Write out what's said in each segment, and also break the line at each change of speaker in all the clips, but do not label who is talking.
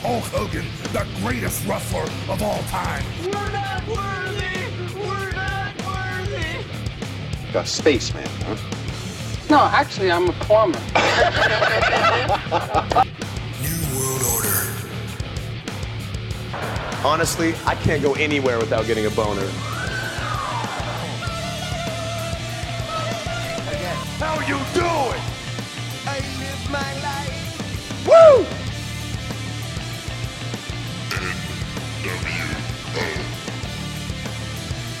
Hulk Hogan, the greatest wrestler of all time.
We're not worthy! We're not worthy!
A spaceman, huh?
No, actually, I'm a plumber.
New World Order.
Honestly, I can't go anywhere without getting a boner.
How you doing?
Woo!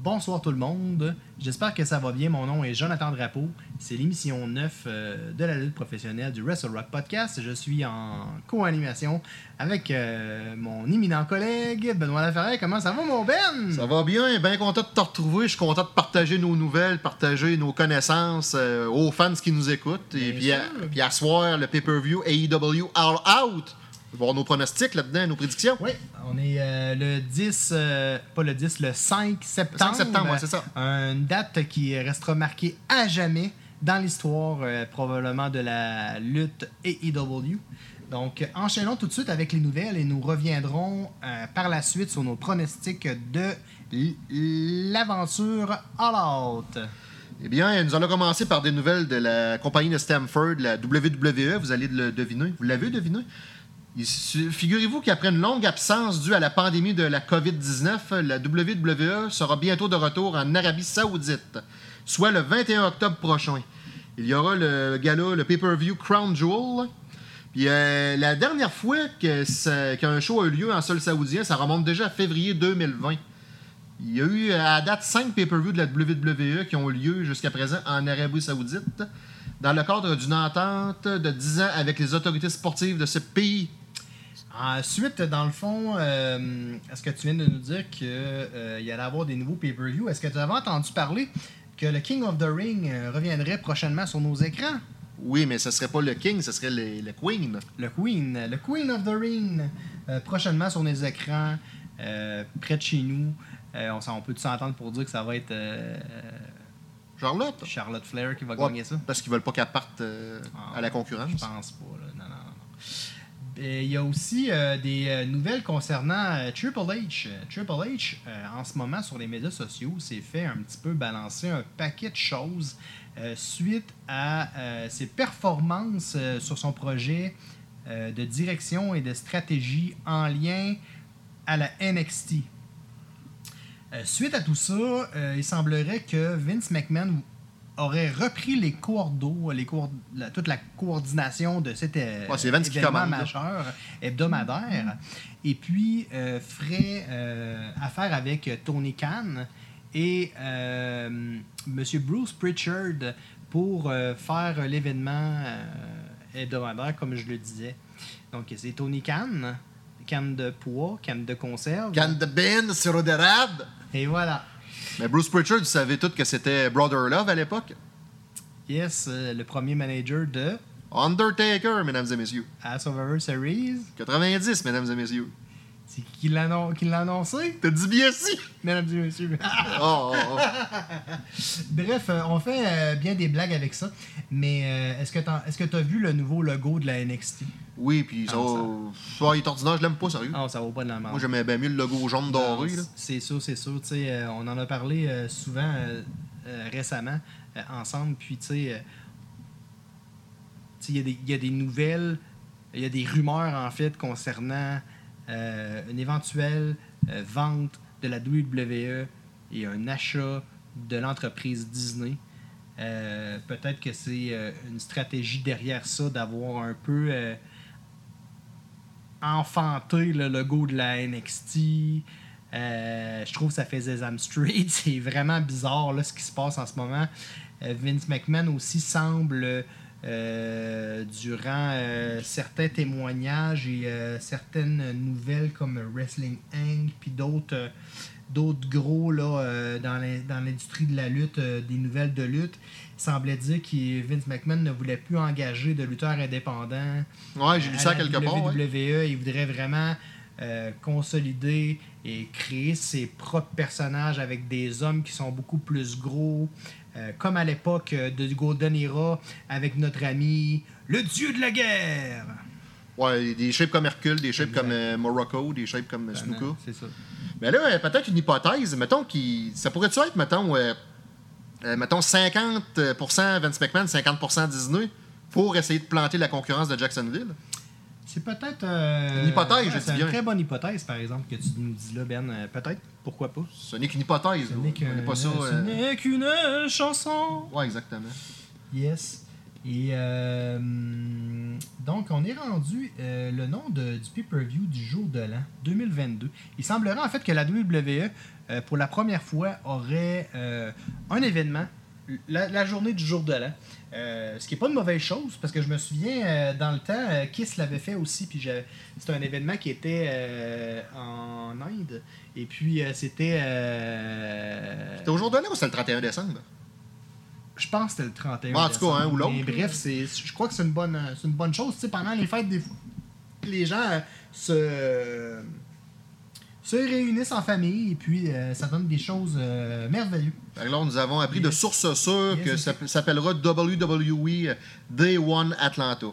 Bonsoir tout le monde, j'espère que ça va bien. Mon nom est Jonathan Drapeau, c'est l'émission 9 euh, de la lutte professionnelle du Wrestle Rock Podcast. Je suis en co-animation avec euh, mon éminent collègue Benoît Laferret. Comment ça va mon Ben?
Ça va bien, bien content de te retrouver. Je suis content de partager nos nouvelles, partager nos connaissances euh, aux fans qui nous écoutent. Et puis à, puis à soir, le pay-per-view AEW All Out. On va Voir nos pronostics là-dedans, nos prédictions.
Oui, on est euh, le 10, euh, pas le 10, le 5 septembre.
Le 5 septembre, ouais, c'est ça.
Une date qui restera marquée à jamais dans l'histoire, euh, probablement, de la lutte AEW. Donc, enchaînons tout de suite avec les nouvelles et nous reviendrons euh, par la suite sur nos pronostics de l- l'aventure All Out.
Eh bien, nous allons commencer par des nouvelles de la compagnie de Stamford, la WWE. Vous allez le deviner. Vous l'avez deviné? Il su- Figurez-vous qu'après une longue absence due à la pandémie de la COVID-19, la WWE sera bientôt de retour en Arabie Saoudite, soit le 21 octobre prochain. Il y aura le gala, le pay-per-view Crown Jewel. Puis euh, la dernière fois que ça- qu'un show a eu lieu en sol saoudien, ça remonte déjà à février 2020. Il y a eu à date 5 pay-per-views de la WWE qui ont eu lieu jusqu'à présent en Arabie Saoudite dans le cadre d'une entente de 10 ans avec les autorités sportives de ce pays.
Ensuite, dans le fond, euh, est-ce que tu viens de nous dire qu'il y allait avoir des nouveaux pay-per-view? Est-ce que tu avais entendu parler que le King of the Ring euh, reviendrait prochainement sur nos écrans?
Oui, mais ce serait pas le King, ce serait le, le Queen.
Le Queen, le Queen of the Ring, euh, prochainement sur nos écrans, euh, près de chez nous. Euh, on, s'en- on peut s'entendre pour dire que ça va être euh,
Charlotte.
Charlotte Flair qui va
Ouais,
gagner ça?
Parce qu'ils veulent pas qu'elle parte euh, à la concurrence.
Ah, Je pense pas, là. Non, non, non. Et Il y a aussi euh, des euh, nouvelles concernant euh, Triple H. Euh, Triple H, euh, en ce moment, sur les médias sociaux, s'est fait un petit peu balancer un paquet de choses euh, suite à euh, ses performances euh, sur son projet euh, de direction et de stratégie en lien à la NXT. Euh, suite à tout ça, euh, il semblerait que Vince McMahon aurait repris les cours d'eau, les coor- la- toute la coordination de cet euh,
Ouais, c'est Vince qui
événement
commande, là.
majeur hebdomadaire, et puis euh, ferait euh, affaire avec Tony Khan et euh, Monsieur Bruce Pritchard pour euh, faire l'événement euh, hebdomadaire, comme je le disais. Donc, c'est Tony Khan, canne de poids, canne de conserve.
Can the Ben, sirop d'érable.
Et voilà.
Mais Bruce Pritchard, vous savez tous que c'était Brother Love à l'époque.
Yes, euh, le premier manager de
Undertaker, mesdames et messieurs.
à Survivor Series.
90, mesdames et messieurs.
C'est qui l'a annon- qui l'a annoncé,
T'as dit bien si!
mesdames et messieurs.
Oh, oh, oh.
Bref, euh, on fait euh, bien des blagues avec ça. Mais euh, est-ce que t'en- est-ce que t'as vu le nouveau logo de la NXT?
Oui, puis ça,
Ah,
ça, il est ordinaire, je l'aime pas, sérieux.
Non, ça vaut pas de la merde.
Moi, j'aimais bien mieux le logo jaune doré. Là.
Non, C'est sûr, c'est sûr. Tu sais, euh, on en a parlé euh, souvent euh, euh, récemment euh, ensemble. Puis, tu sais, euh, tu sais, il y a des- il y, a des nouvelles, il y a des rumeurs, en fait, concernant euh, une éventuelle euh, vente de la WWE et un achat de l'entreprise Disney. Euh, Peut-être que c'est euh, une stratégie derrière ça d'avoir un peu. euh, enfanté le logo de la NXT. Euh, je trouve que ça fait Zezam Street. C'est vraiment bizarre là, ce qui se passe en ce moment. Euh, Vince McMahon aussi semble, euh, durant euh, certains témoignages et euh, certaines nouvelles comme Wrestling Inc., puis d'autres euh, d'autres gros là, euh, dans l'in- dans l'industrie de la lutte, euh, des nouvelles de lutte, semblait dire que Vince McMahon ne voulait plus engager de lutteurs indépendants
Ouais, j'ai lu
à
ça
la E.
quelque part. ouais.
WWE, il voudrait vraiment euh, consolider et créer ses propres personnages avec des hommes qui sont beaucoup plus gros, euh, comme à l'époque euh, de Golden Era avec notre ami le dieu de la guerre.
Ouais, des shapes comme Hercule, des shapes comme euh, Morocco, des shapes comme Snooka.
Non, C'est ça.
Mais là, euh, peut-être une hypothèse, mettons qui ça pourrait-tu être, mettons, euh, euh, mettons 50% Vince McMahon, 50% Disney pour essayer de planter la concurrence de Jacksonville?
C'est peut-être. euh,
Une hypothèse, je dis
C'est une
bien.
très bonne hypothèse, par exemple, que tu nous dis là, Ben. Euh, Peut-être. Pourquoi pas?
Ce n'est qu'une hypothèse,
Ce
là.
n'est
On n'est
qu'un-
pas ça.
ce
euh,
n'est qu'une chanson.
Ouais, exactement.
Yes. Et euh, donc, on est rendu euh, le nom de- du pay-per-view du jour de l'an 2022. Il semblerait en fait que la WWE, euh, pour la première fois, aurait euh, un événement, la, la journée du jour de l'an. Euh, ce qui n'est pas une mauvaise chose, parce que je me souviens, euh, dans le temps, euh, Kiss l'avait fait aussi, puis j'avais- c'était un événement qui était euh, en Inde, et puis euh, c'était... euh,
C'était au jour de l'an ou c'est le 31 décembre?
je pense que c'était le 31.
Bon, en tout cas, hein,
décembre.
ou l'autre.
Mais bref, c'est, je crois que c'est une bonne, euh, c'est une bonne chose. Tu sais, pendant les fêtes, des fois, les gens euh, se, se réunissent en famille et puis euh, ça donne des choses euh, merveilleuses.
Fait que là, nous avons appris de sources sûres
Yes,
que
yes.
ça p- s'appellera WWE Day One Atlanta.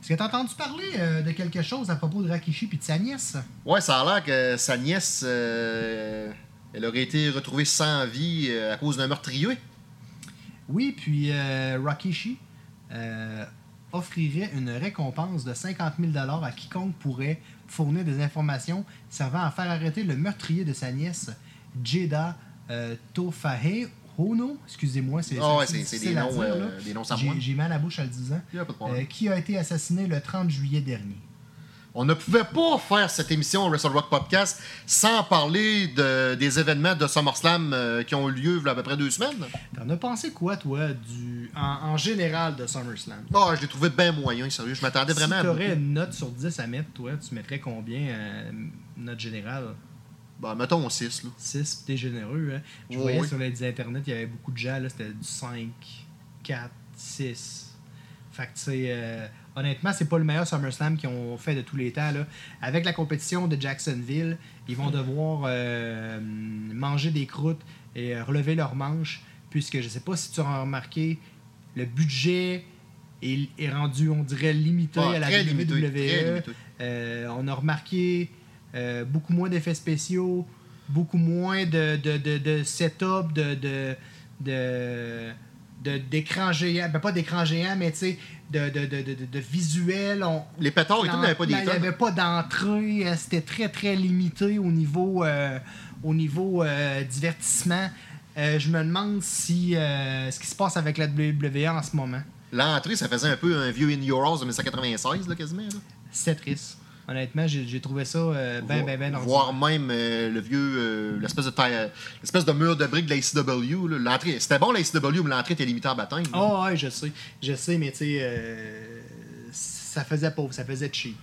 Est-ce que tu as entendu parler euh, de quelque chose à propos de Rakishi et de sa nièce?
Ouais, ça a l'air que sa nièce, euh, elle aurait été retrouvée sans vie euh, à cause d'un meurtrier.
Oui, puis euh, Rakishi euh, offrirait une récompense de 50 000 à quiconque pourrait fournir des informations servant à faire arrêter le meurtrier de sa nièce, Jeda euh, Tofahe Hono. Excusez-moi, c'est
Ah ouais,
c'est
c'est-
difficile
c'est des
à
noms,
dire,
euh,
là.
des noms samoans.
J'ai j'ai mal à la bouche en le disant.
Y a pas de problème.
Euh, qui a été assassiné le 30 juillet dernier.
On ne pouvait pas faire cette émission Wrestle Rock Podcast sans parler de- des événements de SummerSlam euh, qui ont eu lieu il y a à peu près deux semaines.
T'en as pensé quoi, toi, du en, en général de SummerSlam?
Ah, je l'ai trouvé bien moyen, sérieux. Je m'attendais vraiment
si
à.
t'aurais
beaucoup.
une note sur 10 à mettre, toi, tu mettrais combien euh, note générale?
Bah, mettons 6.
6, puis t'es généreux. Hein. Je
Oui,
voyais
oui.
sur les internet, il y avait beaucoup de gens, là, c'était du 5, 4, 6. Fait que, tu sais, euh, honnêtement, c'est pas le meilleur SummerSlam qu'ils ont fait de tous les temps. Là. Avec la compétition de Jacksonville, ils vont devoir euh, manger des croûtes et euh, relever leurs manches, puisque je sais pas si tu as remarqué, le budget est, est rendu, on dirait, limité
Ah,
à la E.
très
WWE.
limité, très limité.
Euh, on a remarqué euh, beaucoup moins d'effets spéciaux, beaucoup moins de, de, de, de setup, de, de, de, de- d'écran géant. Ben, pas d'écran géant, mais tu sais, de, de, de, de, de- de visuel. On, ben,
Les pétards et tout, il n'y avait pas
il
des
n'y avait
tonnes.
pas d'entrée. euh, C'était très, très limité au niveau, euh, au niveau euh, divertissement. Euh, je me demande si euh, ce qui se passe avec la WWE en ce moment.
L'entrée, ça faisait un peu un vieux In Your House de 1996, là, quasiment. Là.
C'est triste. Honnêtement, j'ai j'ai trouvé ça euh, ben,
Vo-
ben, ben, ordinaire.
Voire même euh, le vieux, euh, l'espèce de taille- l'espèce de mur de briques de la ICW. là. L'entrée, c'était bon la ICW, mais l'entrée était limitée en baptême. là.
Ah ouais, je sais. Je sais, mais tu sais, euh, ça faisait pauvre, ça faisait cheap.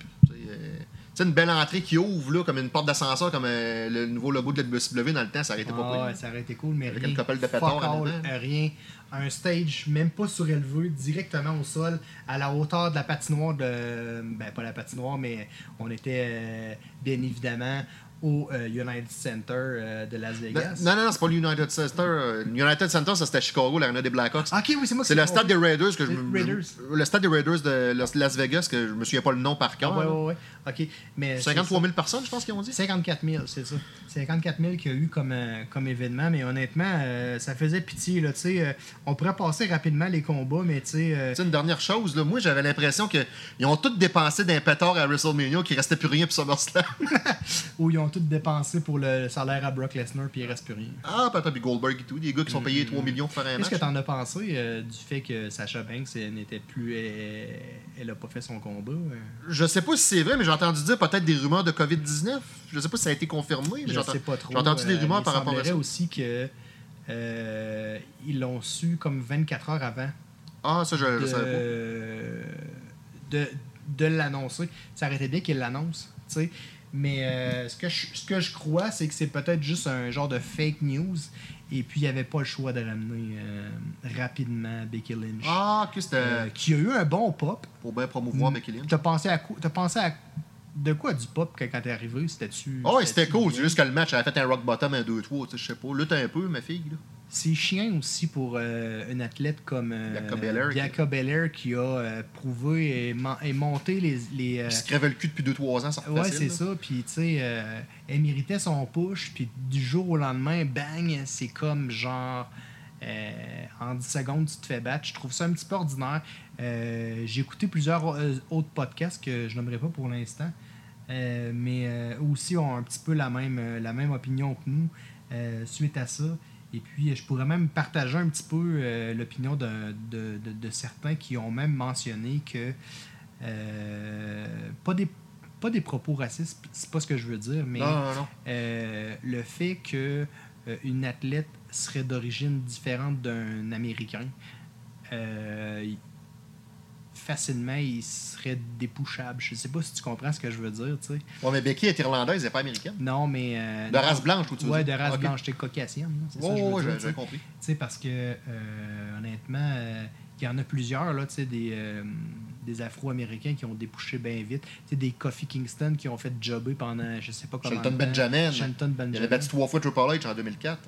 C'est une belle entrée qui ouvre là, comme une porte d'ascenseur, comme euh, le nouveau logo de la WCW dans le temps, ça arrêtait pas
Ah
pire.
ouais, ça aurait été cool, mais
Avec
rien.
une couple de
Fuck
pétards en
all,
dedans.
euh, rien. Un stage même pas surélevé, directement au sol, à la hauteur de la patinoire de... Ben, pas la patinoire, mais on était, euh, bien évidemment, au euh, United Center euh, de Las Vegas.
Ben, Non, non, non, c'est pas le United Center. euh, Le United Center, ça c'était à Chicago, l'arena des Blackhawks.
Ah, Ok, oui, c'est moi qui
C'est
l'ai
le stade
compris.
des Raiders que je
Les
me-
Raiders.
je- Le stade des Raiders de Las- Las Vegas, que je me souviens pas le nom par
Ah
cœur.
ouais,
là.
ouais, ouais. Ok, mais...
53 000 personnes, je pense qu'ils ont dit.
54 000, c'est ça. 54 000 qu'il y a eu comme, euh, comme événement, mais honnêtement, euh, ça faisait pitié. Là, tu sais, euh, on pourrait passer rapidement les combats, mais tu sais, euh,
Tu sais, une dernière chose, là, moi j'avais l'impression qu'ils ont tous dépensé d'un pétard à WrestleMania qu'il restait plus rien pour SummerSlam.
où ils ont tout dépensé pour le salaire à Brock Lesnar, puis il reste plus rien.
ah, peut-être puis Goldberg et tout, des gars qui sont payés 3 millions pour faire un
Euh, Qu'est-ce que
match.
t'en as pensé euh, du fait que Sacha Banks elle n'était plus. Elle, elle a pas fait son combat euh?
Je sais pas si c'est vrai, mais j'ai entendu dire peut-être des rumeurs de COVID-19. Je sais pas si ça a été confirmé. mais
Je
j'ai
sais
entendu-
pas trop.
J'ai entendu des
euh,
rumeurs
mais
par rapport
Il
à ça.
semblerait aussi que. euh, ils l'ont su comme 24 heures avant
Ah, ça, je je savais pas.
de, Euh, de, de l'annoncer. Ça aurait été bien qu'il l'annonce, tu sais. Mais euh, ce, que je, ce que je crois, c'est que c'est peut-être juste un genre de fake news. Et puis, il n'y avait pas le choix de ramener euh, rapidement Becky Lynch.
Ah, que c'était
euh, mm, qui a eu un bon pop.
pour bien promouvoir Becky Lynch.
T'as pensé à quoi? T'as pensé à de quoi du pop que quand t'es arrivé, c'était-tu.
Oh, ouais, c'était cool.
bien?
C'est juste que le match avait fait un rock bottom à 2-3. tu sais, Je sais pas. Lutte un peu, ma fille. Là.
C'est chiant aussi pour euh, une athlète comme euh,
Bianca Belair.
Bianca Belair qui a euh, prouvé et, man- et monté les. les euh,
Puis se crevait le cul depuis 2-3 ans, ça
ouais, c'est ça. Puis, tu sais, euh, elle méritait son push. Puis, du jour au lendemain, bang, c'est comme genre. euh, en 10 secondes, tu te fais battre. Je trouve ça un petit peu ordinaire. Euh, J'ai écouté plusieurs euh, autres podcasts que je nommerai pas pour l'instant. Euh, mais euh, eux aussi ont un petit peu la même, euh, la même opinion que nous euh, suite à ça. Et puis, je pourrais même partager un petit peu euh, l'opinion de, de- de- de certains qui ont même mentionné que euh, pas, des, pas des propos racistes, c'est pas ce que je veux dire, mais
Non, non, non.
euh, le fait que euh, une athlète serait d'origine différente d'un Américain, euh, il- facilement, il serait dépouchable. Je sais pas si tu comprends ce que je veux dire, tu sais.
Ouais, mais Becky est irlandaise, elle est pas américaine.
Non, mais... euh,
De
non.
race blanche, ou tu veux
Ouais, de
dire?
race
Ok.
blanche, t'es caucasienne. là, c'est ça que
Ouais,
je veux
ouais,
dire,
j'avais
tu sais.
j'avais compris.
Tu sais, parce que, euh, honnêtement, euh, il y en a plusieurs, là, tu sais, des, euh, des Afro-Américains qui ont débouché bien vite. Tu sais, des Coffee Kingston qui ont fait jobber pendant, je sais pas comment.
Shelton Benjamin.
Shelton Benjamin.
Il avait battu trois fois Triple H en 2004.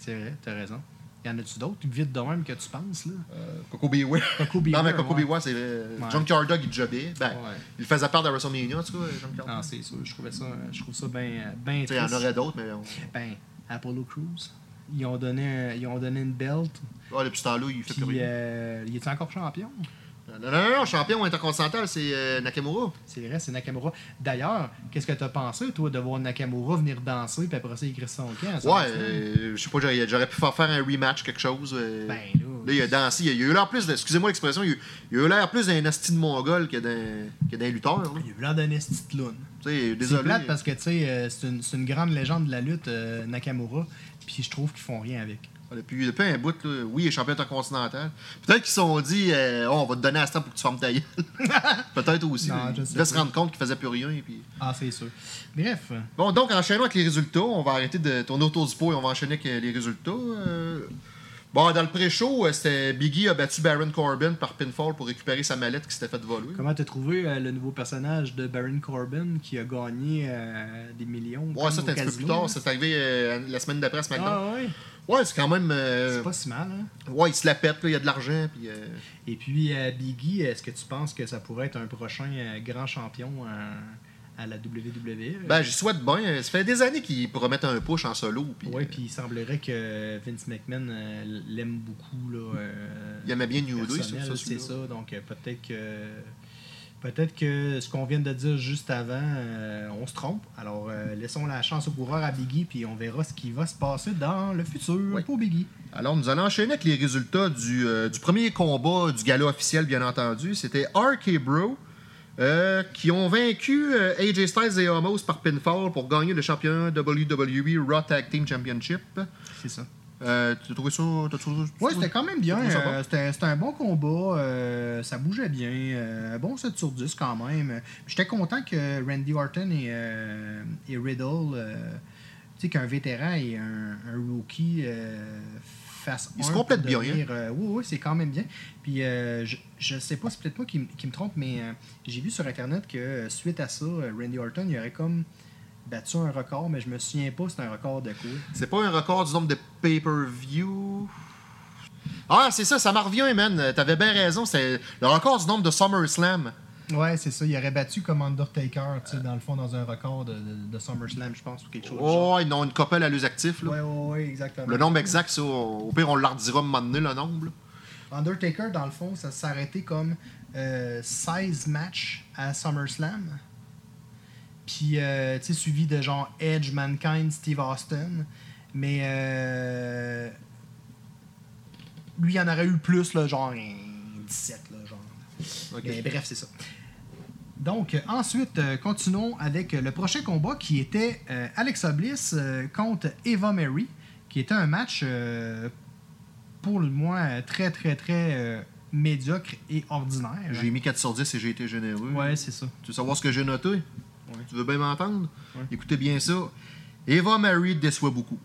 C'est vrai, t'as raison. Y en a-tu d'autres vite de même que tu penses, là?
Euh, Coco Beware.
Coco
Non, mais
Beware,
Coco
ouais.
Beware, c'est. euh,
Ouais.
John Carter, il jobbait. Ben,
Ouais.
il faisait part de WrestleMania, en tout cas, John Carter.
Non, c'est sûr. Je trouvais ça, je trouve ça bien ben
Tu sais, il y en
triste.
aurait d'autres, mais. On...
Ben, Apollo Crews, ils ont donné, un- ils ont donné une belt,
Ah, depuis ce temps-là, il fait plus
puis
rien.
euh, il est encore champion.
Non, non, non, champion intercontinental, c'est euh, Nakamura.
C'est vrai, c'est Nakamura. D'ailleurs, qu'est-ce que t'as pensé, toi, de voir Nakamura venir danser, puis après ça, il crée son camp? à
Ouais,
SummerSlam?
euh, je sais pas, j'aurais j'aurais pu faire faire un rematch, quelque chose. euh.
Ben,
là.
là,
il a dansé. Il a, il a eu l'air plus. de- Excusez-moi l'expression, il, a- il a eu l'air plus d'un asti de mongol que d'un que d'un lutteur. là.
Ben, Il a eu l'air d'un esti de clown.
Tu sais,
C'est
désolé.
plate parce que, tu sais, euh, c'est une, c'est une grande légende de la lutte, euh, Nakamura, puis je trouve qu'ils font rien avec.
Depuis, depuis un bout, là, oui, il est champion intercontinental. Peut-être qu'ils se sont dit, euh, Oh, on va te donner un instant pour que tu formes ta gueule. Peut-être aussi.
Non,
là.
je
il
sais
devait se
pas.
rendre compte qu'il faisait plus rien. et puis-
Ah, c'est sûr. Bref,
Bon, donc, enchaînons avec les résultats. On va arrêter de tourner autour du pot et on va enchaîner avec euh, les résultats. Euh, Bon, dans le pré-show, euh, c'était Biggie a battu Baron Corbin par pinfall pour récupérer sa mallette qui s'était faite voler.
comment t'as trouvé euh, le nouveau personnage de Baron Corbin qui a gagné euh, des millions?
Ouais, ça,
comme
c'est un petit peu
au casino,
plus tard.
là?
C'est arrivé euh, la semaine d'après, ce matin.
Ah, ouais.
Ouais, c'est quand même. euh,
C'est pas si mal, hein?
Ouais, il se la pète, là, il y a de l'argent. Puis, euh,
Et puis, euh, Biggie, est-ce que tu penses que ça pourrait être un prochain euh, grand champion euh, à la E? WWE?
Ben, j'y souhaite bien. Euh, Ça fait des années qu'il pourrait mettre un push en solo. Puis,
ouais,
euh,
puis il semblerait que Vince McMahon euh, l'aime beaucoup. Là, euh,
Il aimait bien New Day,
personnel,
c'est ça,
c'est
celui-là.
ça. Donc, euh, peut-être que. Peut-être que ce qu'on vient de dire juste avant, euh, on se trompe. Alors, euh, laissons la chance au coureur à Biggie, puis on verra ce qui va se passer dans le futur
Oui.
pour Biggie.
Alors, nous allons enchaîner avec les résultats du, euh, du premier combat du gala officiel, bien entendu. C'était RK Bro euh, qui ont vaincu euh, AJ Styles et Homos par pinfall pour gagner le championnat WWE E Raw Tag Team Championship.
C'est ça.
Euh, tu as trouvé ça? t'as trouvé- tu
Ouais,
trouves-
c'était quand même bien.
trouvé ça bon?
euh, C'était c'était un bon combat. euh, ça bougeait bien. euh, bon 7 sur 10 quand même. J'étais content que Randy Orton et, euh, et Riddle, euh, tu sais, qu'un vétéran et un, un rookie euh, fassent.
Ils se
un
complètent
pour
bien,
devenir, euh, oui, oui, c'est quand même bien. Puis euh, je, je sais pas, c'est peut-être moi qui, m- qui me trompe, mais euh, j'ai vu sur Internet que euh, suite à ça, euh, Randy Orton, il aurait comme battu un record, mais je me souviens pas, c'est un record de quoi.
C'est pas un record du nombre de pay-per-view. Ah, c'est ça, ça m'en revient, man. Euh, T'avais bien raison. C'est le record du nombre de SummerSlam.
Ouais, c'est ça. Il aurait battu comme Undertaker, tu sais, dans le fond, dans un record de, de- de SummerSlam, je pense, ou quelque chose. du genre.
Oh, ils ont une couple à l'us actif. Là.
ouais, ouais, ouais, exactement.
Oh, Le nombre exact, ça, au au pire, on leur dira un moment donné, le nombre. là.
Undertaker, dans le fond, ça s'arrêtait comme euh, 16 matchs à SummerSlam. Puis, euh, tu sais, suivi de genre Edge, Mankind, Steve Austin. Mais euh, lui, il en aurait eu plus, là, genre un 17, là, genre.
Ok.
Mais bref, c'est ça. Donc, euh, ensuite, euh, continuons avec euh, le prochain combat qui était euh, Alexa Bliss euh, contre Eva Mary, qui était un match euh, pour le moins euh, très, très, très euh, médiocre et ordinaire.
J'ai mis 410 et j'ai été généreux.
Ouais, c'est ça.
Tu veux savoir ce que j'ai noté? Tu veux bien m'entendre? Écoutez bien ça. Eva Marie déçoit beaucoup.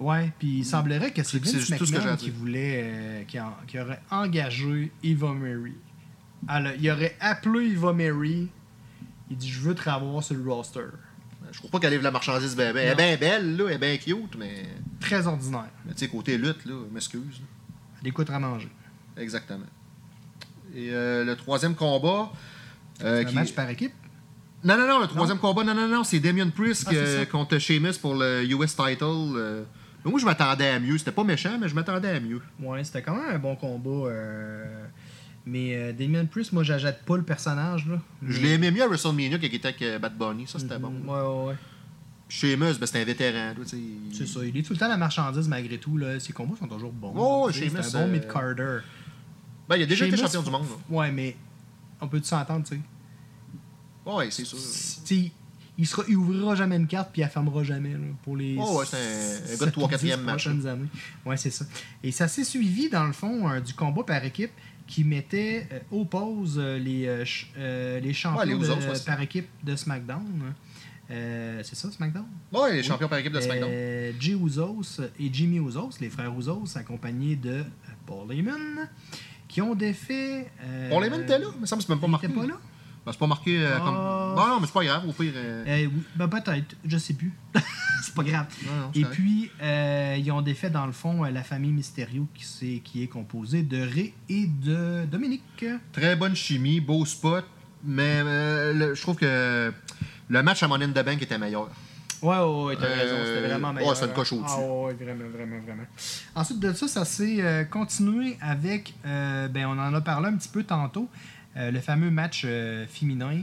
Ouais, puis il semblerait que c'est
C'est- c'est
Vince
juste tout ce que j'ai à
McMahon
dire.
qui voulait, euh, qui, en- qui aurait engagé Eva Mary. Alors, il aurait appelé Eva Mary, Il dit Je veux te revoir sur le roster.
Euh, Je crois pas qu'elle livre la marchandise ben, ben, elle est bien belle, là, elle est bien cute, mais,
Très ordinaire.
mais tu sais, côté lutte, là, je m'excuse. là.
Elle écoute à manger.
Exactement. Et euh, le troisième combat. euh,
C'est un
qui-
match par équipe.
Non, non, non, le troisième combat, non, non, non, c'est Damien Priest
Ah, c'est
euh,
ça.
contre Sheamus pour le US title. euh. Mais moi, je m'attendais à mieux. C'était pas méchant, mais je m'attendais à mieux.
Ouais, c'était quand même un bon combat. euh, Mais euh, Damien Priest, moi, j'achète pas le personnage. Là.
Je l'ai aimé mieux à WrestleMania qu'il était avec euh, Bad Bunny. Ça, c'était bon.
Ouais, ouais, ouais.
Puis Sheamus, ben, c'était un vétéran. là, tu sais, il-
C'est ça. Il est tout le temps la marchandise malgré tout. Là. Ses combats sont toujours bons.
Oh,
là, tu sais,
Sheamus,
C'est un bon
euh,
mid-carder.
Ben, il a déjà été
Sheamus,
champion du monde. là.
Ouais, mais on peut-tu s'entendre, tu sais?
Ouais, c'est sûr.
Tu sais, il, sera, il ouvrira jamais une carte puis il la fermera jamais là, pour les.
Oh, ouais, c'est un- un gars de
sept
trois,
ou dix
quatrième match,
prochaines années. Ouais, c'est ça. Et ça s'est suivi, dans le fond, euh, du combat par équipe qui mettait euh, aux pauses euh, les, euh, ch- euh, les champions
Ouais, les
de-
Usos, ouais, c'est-
par équipe de SmackDown. hein. Euh, c'est ça, SmackDown?
Ouais, il est champion par équipe de SmackDown.
Euh, Jay Usos et Jimmy Usos, les frères Usos, accompagnés de euh, Paul Heyman, qui ont défait. euh,
Pour les mêmes, t'es là. Mais ça me semble que c'est même pas
il
marqué.
était pas là?
Ben, c'est pas marqué euh, comme.
Ah.
Non, non, mais c'est pas grave. Au pire. euh,
Euh, oui, ben peut-être, je sais plus. c'est pas grave.
Non, non, c'est
Et
correct.
puis, euh, ils ont défait dans le fond euh, la famille Mysterio qui, s'est- qui est composée de Ray et de Dominique.
Très bonne chimie, beau spot, mais euh, le- je trouve que le match à Money in the Bank était meilleur.
Ouais, ouais, ouais, t'as
Euh,
raison, c'était vraiment
ouais,
meilleur.
c'est une coche au-dessus.
Ah, ouais, ouais, vraiment, vraiment, vraiment. Ensuite de ça, ça s'est euh, continué avec, euh, ben, on en a parlé un petit peu tantôt, euh, le fameux match euh, féminin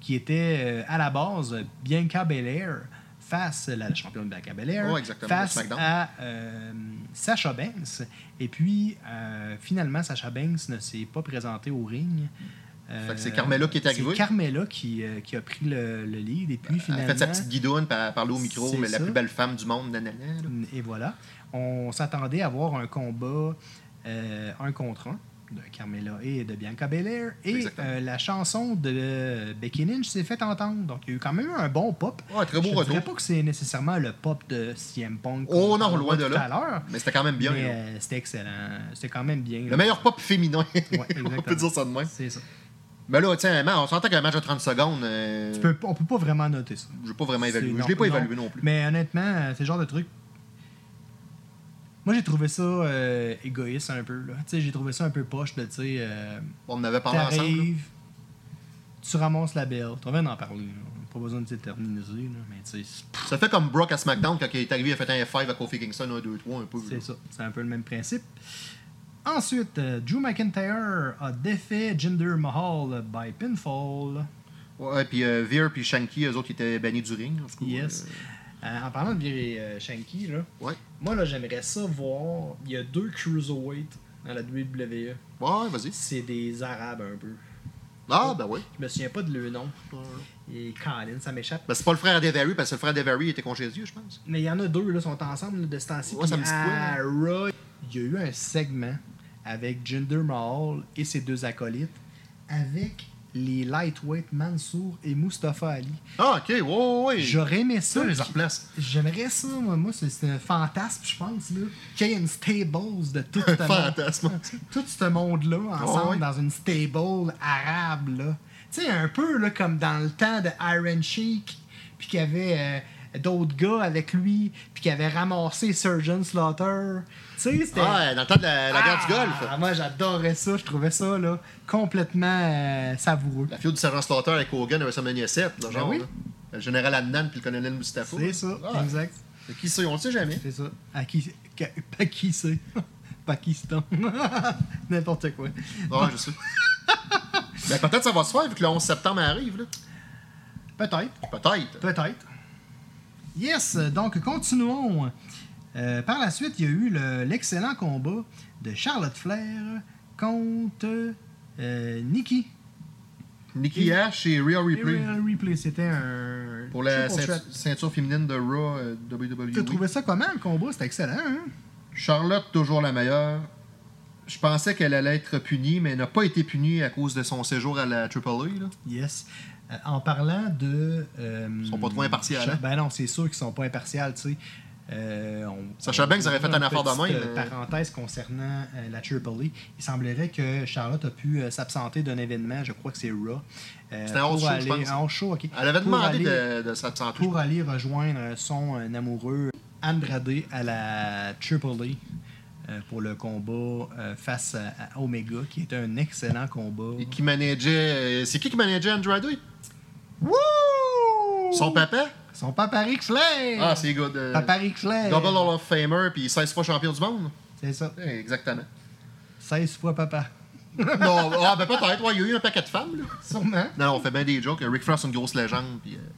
qui était euh, à la base Bianca Belair face à la championne Bianca Belair,
Ouais, exactement,
face
SmackDown.
à euh, Sasha Banks. Et puis, euh, finalement, Sasha Banks ne s'est pas présentée au ring. Euh,
Fait que c'est Carmella qui est arrivée.
C'est Carmella qui, euh, qui a pris le, le lead. Et puis,
Elle a
finalement.
fait sa petite guidoune, puis elle a parlé au micro,
C'est
mais la
ça.
plus belle femme du monde, nanana. là.
Et voilà. On s'attendait à voir un combat euh, un contre un de Carmela et de Bianca Belair. Et
Exactement.
euh, la chanson de euh, Becky Lynch s'est fait entendre. Donc, il y a eu quand même eu un bon pop.
Ouais, très beau
Je te
retour.
dirais pas que c'est nécessairement le pop de CM Punk.
Oh
qu'on
non,
parlera
loin de
tout
là.
à l'heure.
Mais c'était quand même bien.
Mais,
là.
euh, c'était excellent. C'était quand même bien.
Le meilleur pop féminin. on peut
exactement.
dire ça de même.
C'est ça.
Mais Ben là, tiens, man, on s'entend qu'un match de 30 secondes, euh,
Tu peux- on peut pas vraiment noter ça.
je l'ai pas vraiment évalué.
C'est-
Je l'ai pas
non,
évalué non plus.
Mais honnêtement, euh, c'est le genre de truc. Moi, j'ai trouvé ça euh, égoïste un peu. là. Tu sais, J'ai trouvé ça un peu poche de, tu sais, euh,
On en avait parlé ensemble. là.
t'arrives, tu ramasses la belle. T'en viens d'en parler. là. Pas besoin de s'éterniser, là, mais tu sais, c'est-
Ça fait comme Brock à SmackDown quand il est arrivé, il a fait un F5 à Kofi Kingston, 1, 2, 3, un peu. là.
c'est ça. C'est un peu le même principe. Ensuite, euh, Drew McIntyre a défait Jinder Mahal by pinfall.
Ouais, puis euh, Veer puis Shanky, eux autres, ils étaient bannis du ring. en tout cas.
Yes. Euh, en parlant de virer euh, Shanky, là,
Ouais.
moi là j'aimerais ça voir. Il y a deux cruiserweights dans la WWE.
Ouais, vas-y.
C'est des Arabes un peu.
Ah, ben ouais.
Je me souviens pas de leur nom. Et Colin, ça m'échappe.
Ben, c'est pas le frère d'Avery, parce que le frère d'Avery était congédié, je pense.
Mais il y en a deux, là, sont ensemble là, de ce temps-ci.
Ouais, ça
Puis
me hein. dit quoi, là?
à Raw, il y a eu un segment avec Jinder Mahal et ses deux acolytes, avec les lightweight Mansour et Mustafa Ali.
Ah, ok, ouais, ouais, ouais.
J'aurais aimé
Ça,
ça.
je les
qu'ils-
replace.
J'aimerais ça, moi, moi, c'est c'est un fantasme, je pense, là. Qu'il y ait une stables de tout ce
Fantasme.
monde. Tout ce monde-là, ensemble,
Ah ouais.
dans une stable arabe, là. Tu sais, un peu, là, comme dans le temps de Iron Sheik, puis qu'il y avait euh, d'autres gars avec lui, puis qu'il avait ramassé Surgeon Slaughter. Tu sais, c'était...
Ouais, dans le temps de Ah, la, la guerre du
Ah,
Golfe.
moi, j'adorais ça. Je trouvais ça, là, complètement euh, savoureux.
La fille du sergent Slaughter avec Hogan à WrestleMania 7, là, genre.
Ben oui.
là. Le général Adnan puis le colonel Mustafa.
C'est ça,
Ah,
exact.
fait Qui sait, on le sait jamais.
C'est ça. À qui, qu'à- pas qui c'est Pakistan. N'importe quoi.
Ouais, je sais. ben, peut-être ça va se faire vu que le 11 septembre arrive, là.
Peut-être.
Peut-être.
Peut-être. Yes, donc continuons. Euh, par la suite, il y a eu le- l'excellent combat de Charlotte Flair contre euh, Nikki.
Nikki Ash et Rhea Ripley.
Ariel Ripley, c'était un.
Pour la
triple
ceinture,
threat.
ceinture féminine de Raw euh, WWE.
Tu as trouvé ça comment le combat C'était excellent, hein
Charlotte, toujours la meilleure. Je pensais qu'elle allait être punie, mais elle n'a pas été punie à cause de son séjour à la AAA. Là.
Yes. Euh, en parlant de. euh,
sont pas trop impartials,
Cha-
hein?
Ben non, c'est sûr qu'ils sont pas impartials, tu sais. Euh, on-
Sacha Banks aurait fait
une
un affaire de
petite,
même,
euh,
mais-
Parenthèse concernant euh, la Triple A. Il semblerait que Charlotte a pu euh, s'absenter d'un événement, je crois que c'est Raw. euh,
C'était un hors
pour
show, je
aller-
pense.
un hors show, ok.
Elle avait
Pour
demandé
aller-
de, de s'absenter.
pour aller rejoindre son euh, amoureux Andrade à la Triple A euh, pour le combat euh, face à, à Omega, qui était un excellent combat.
Et qui manageait. euh, C'est qui qui manageait Andrade?
Wouh!
Son papa?
Son papa Ric Flair!
Ah, c'est good. euh,
Papa Ric Flair!
Double Hall of Famer, puis 16 fois champion du monde.
C'est ça.
Ouais, exactement.
16 fois papa.
non, ah, ben peut-être, ouais, il y a eu un paquet de femmes, là.
Sûrement.
Non, on fait bien des jokes. Rick Flair, c'est une grosse légende, puis euh,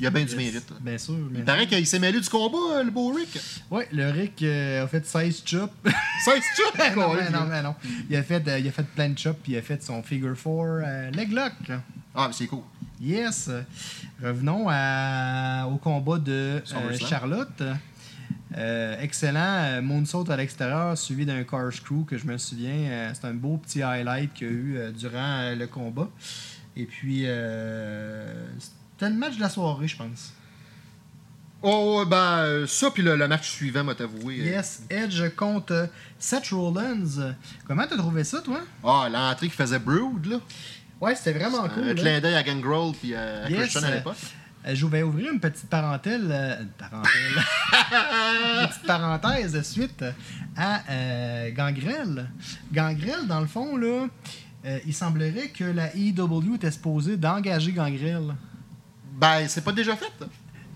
il y a bien du mérite. là.
Bien sûr. mais-
Il paraît qu'il s'est mêlé du combat, euh, le beau Rick.
Ouais, le Rick euh, a fait 16 chops.
16 chops!
non, mais non, mais non. Il a fait, euh, il a fait plein de chops, puis il a fait son figure euh, 4 leg lock.
Ah, mais c'est cool.
Yes. Revenons à- au combat de euh,
SummerSlam.
Charlotte. Euh, excellent euh, moonsault à l'extérieur suivi d'un corkscrew que je me souviens. euh, c'est un beau petit highlight qu'il y a eu euh, durant euh, le combat. Et puis, euh, c'était le match de la soirée, je pense.
Oh, ouais, ben, euh, ça, puis le, le match suivant, m'a t'avoué. euh,
Yes, Edge contre euh, Seth Rollins. Comment t'as trouvé ça, toi?
Ah, l'entrée qui faisait Brood, là.
Ouais, c'était vraiment Ah, cool. hein?
un
là.
clin d'œil à Gangrel, puis euh, à
Yes,
Christian à
euh,
l'époque.
Euh, Je vais ouvrir une petite parenthèse, euh, une parenthèse, une petite parenthèse de suite à euh, Gangrel. Gangrel, dans le fond, là, euh, il semblerait que la IW était supposée d'engager Gangrel.
Ben, c'est pas déjà fait. là.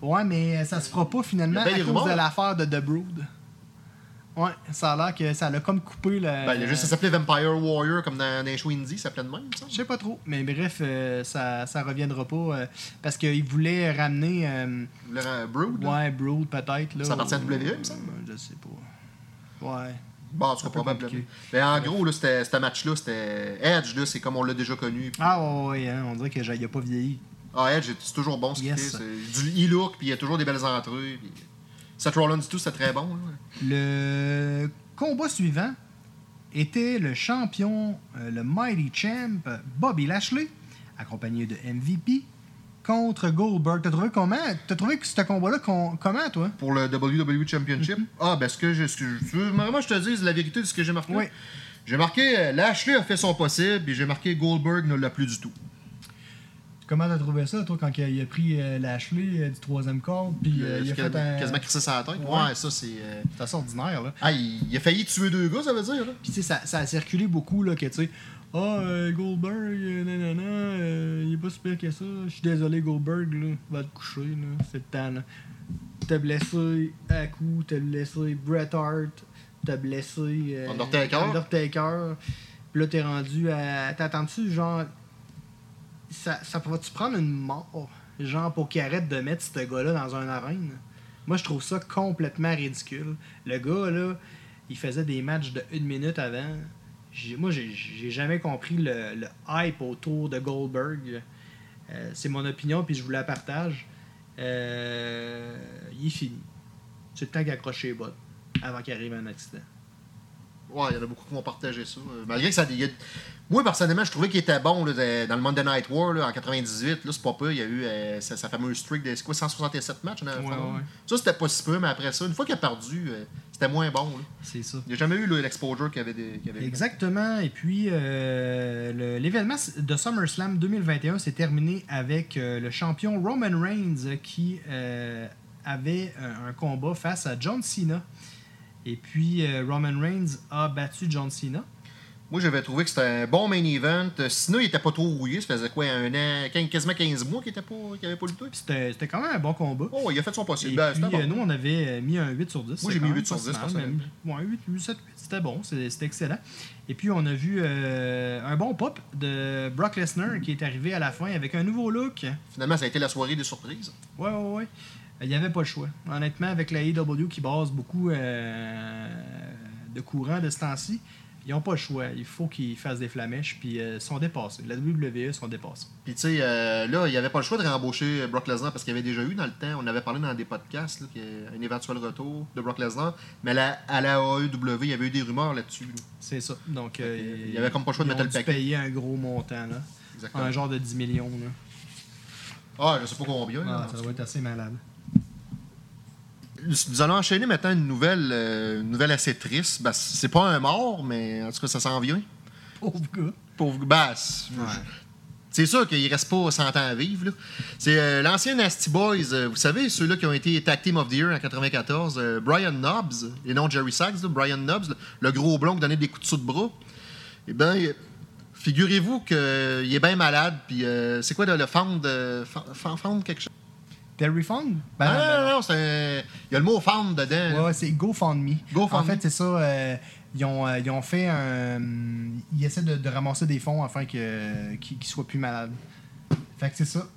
Ouais, mais ça se fera pas finalement
Il
à
y a bien des
cause
rumeurs,
de
là.
l'affaire de The Brood. Ouais, ça a l'air que ça l'a comme coupé le.
Ben, il y a juste, ça s'appelait Vampire Warrior, comme dans, dans les shows indie, ça s'appelait de même, ça.
Je sais pas trop, mais bref, euh, ça, ça reviendra pas euh, parce qu'il voulait ramener. euh,
Le, euh, Brood, là.
Ouais, Brood peut-être. là.
Ça appartient à
Ou-
WWE, il me semble.
Euh, Je sais pas. Ouais.
Bon, Bah, en tout cas,
peu
probablement.
compliqué.
Mais en gros, là, c'était ce match-là, c'était Edge, là, c'est comme on l'a déjà connu. puis-
Ah ouais, ouais, hein, on dirait que j'ai il a pas vieilli.
Ah, Edge, c'est toujours bon ce qu'il fait.
Yes.
c'est- du- Il look, puis il y a toujours des belles entrées. Puis... Seth Rollins, tout, c'est très bon. là.
Le combat suivant était le champion, euh, le Mighty Champ, euh, Bobby Lashley, accompagné de MVP, contre Goldberg. T'as trouvé comment? T'as trouvé que ce combat-là, con- comment, toi?
Pour le WWE Championship.
Mm-hmm.
Ah, ben, ce que je. ce que je- tu veux vraiment que je te dise la vérité de ce que j'ai marqué?
Oui.
J'ai marqué euh, Lashley a fait son possible, puis j'ai marqué Goldberg ne l'a plus du tout.
Comment t'as trouvé ça, toi, quand il a- il a pris euh, Lashley euh, du troisième corde, puis euh,
Euh,
il a
quas-
fait un...
Quasiment crissé sur la tête.
Ouais.
Ouais, ça, c'est. euh,
C'est assez ordinaire, là.
Ah, il... il a failli tuer deux gars, ça veut dire, là.
Puis tu sais, ça, ça a circulé beaucoup, là, que tu sais, ah, euh, Goldberg, euh, nanana, euh, il est pas super que ça. Je suis désolé, Goldberg, là, va te coucher, là, c'est le temps, là. T'as blessé Haku, t'as blessé Bret Hart, t'as blessé euh,
Undertaker.
Undertaker. Puis là, t'es rendu à. T'attends-tu, genre. Ça, ça va-tu prendre une mort, genre, pour qu'il arrête de mettre ce gars-là dans un arène? Moi, je trouve ça complètement ridicule. Le gars, là, il faisait des matchs de une minute avant. J'ai- moi, j'ai- j'ai jamais compris le, le hype autour de Goldberg. Euh, C'est mon opinion, puis je vous la partage. Euh, il est fini. C'est le temps qu'il accroche les bottes avant qu'il arrive un accident.
Ouais, il y en a beaucoup qui vont partager ça. Euh, Malgré que ça. il y a- Moi, personnellement, je trouvais qu'il était bon là, de- dans le Monday Night War là, en 98. Là, c'est pas peu. Il y a eu euh, sa, sa fameuse streak de c'est quoi, 167 matchs. on a-
Ouais, ouais.
Ça, c'était pas si peu, mais après ça, une fois qu'il a perdu, euh, c'était moins bon. là.
C'est ça.
Il n'y a jamais eu là, l'exposure qu'il y avait. Des, qu'il y avait eu.
Exactement. Et puis, euh, le- l'événement de SummerSlam 2021 s'est terminé avec euh, le champion Roman Reigns euh, qui euh, avait euh, un, un combat face à John Cena. Et puis, euh, Roman Reigns a battu John Cena.
Moi, j'avais trouvé que c'était un bon main event. Euh, Sinon, il était pas trop rouillé. Ça faisait quoi, un an, quin- quasiment 15 mois qu'il était pas, qu'il avait pas lutté.
Puis C'était c'était quand même un bon combat.
Oh, il a fait son possible.
Et
Ben,
puis,
c'était bon.
euh, nous, on avait euh, mis un 8 sur 10.
Moi, j'ai mis
C'est quand
8
même
sur
pas si
10
mal,
personnellement.
mais- Ouais, 8, 7, 8, c'était bon, c'est- c'était excellent. Et puis, on a vu euh, un bon pop de Brock Lesnar qui est arrivé à la fin avec un nouveau look.
Finalement, ça a été la soirée des surprises.
Ouais, ouais, ouais. Euh, Il n'y avait pas le choix. Honnêtement, avec la AEW qui base beaucoup euh, de courant de ce temps-ci, ils n'ont pas le choix. Il faut qu'ils fassent des flamèches, puis euh, ils sont dépassés. La WWE sont dépassés.
Puis, tu sais, euh, là, il n'y avait pas le choix de réembaucher Brock Lesnar parce qu'il y avait déjà eu dans le temps, on avait parlé dans des podcasts, là, qu'il y a un éventuel retour de Brock Lesnar. Mais la- à la AEW, il y avait eu des rumeurs là-dessus. là.
C'est ça. Donc, euh,
il y avait comme pas le choix de
ils
mettre
ont
le
dû
paquet.
payer un gros montant, là.
Exactement.
Un genre de 10 millions, là.
Ah, je sais pas combien. là,
Ah,
en
ça
tout
doit être assez malade.
cas. nous allons enchaîner maintenant une nouvelle, euh, une nouvelle assez triste. Ben, c'est pas un mort, mais en tout cas, ça s'en vient.
Pauvre gars.
Pauvre basse. C'est sûr qu'il reste pas 100 ans à vivre. là. C'est euh, l'ancien Nasty Boys, euh, vous savez, ceux-là qui ont été Tag Team of the Year en 94, euh, Brian Knobs, et non Jerry Sachs, là, Brian Knobs, le, le gros blond qui donnait des coups de sous de bras. Eh bien, figurez-vous qu'il est bien malade, puis euh, c'est quoi le, le found, euh, fa- fa- found quelque chose?
Terry Fong?
Ah, non, non, non, c'est- il y a le mot found dedans. là.
Ouais, ouais, c'est GoFundMe.
GoFundMe.
En fait, c'est ça. euh, ils, ont, euh, ils ont fait un. Ils essaient de, de ramasser des fonds afin que- qu'il qu'il soit plus malade. Fait que c'est ça.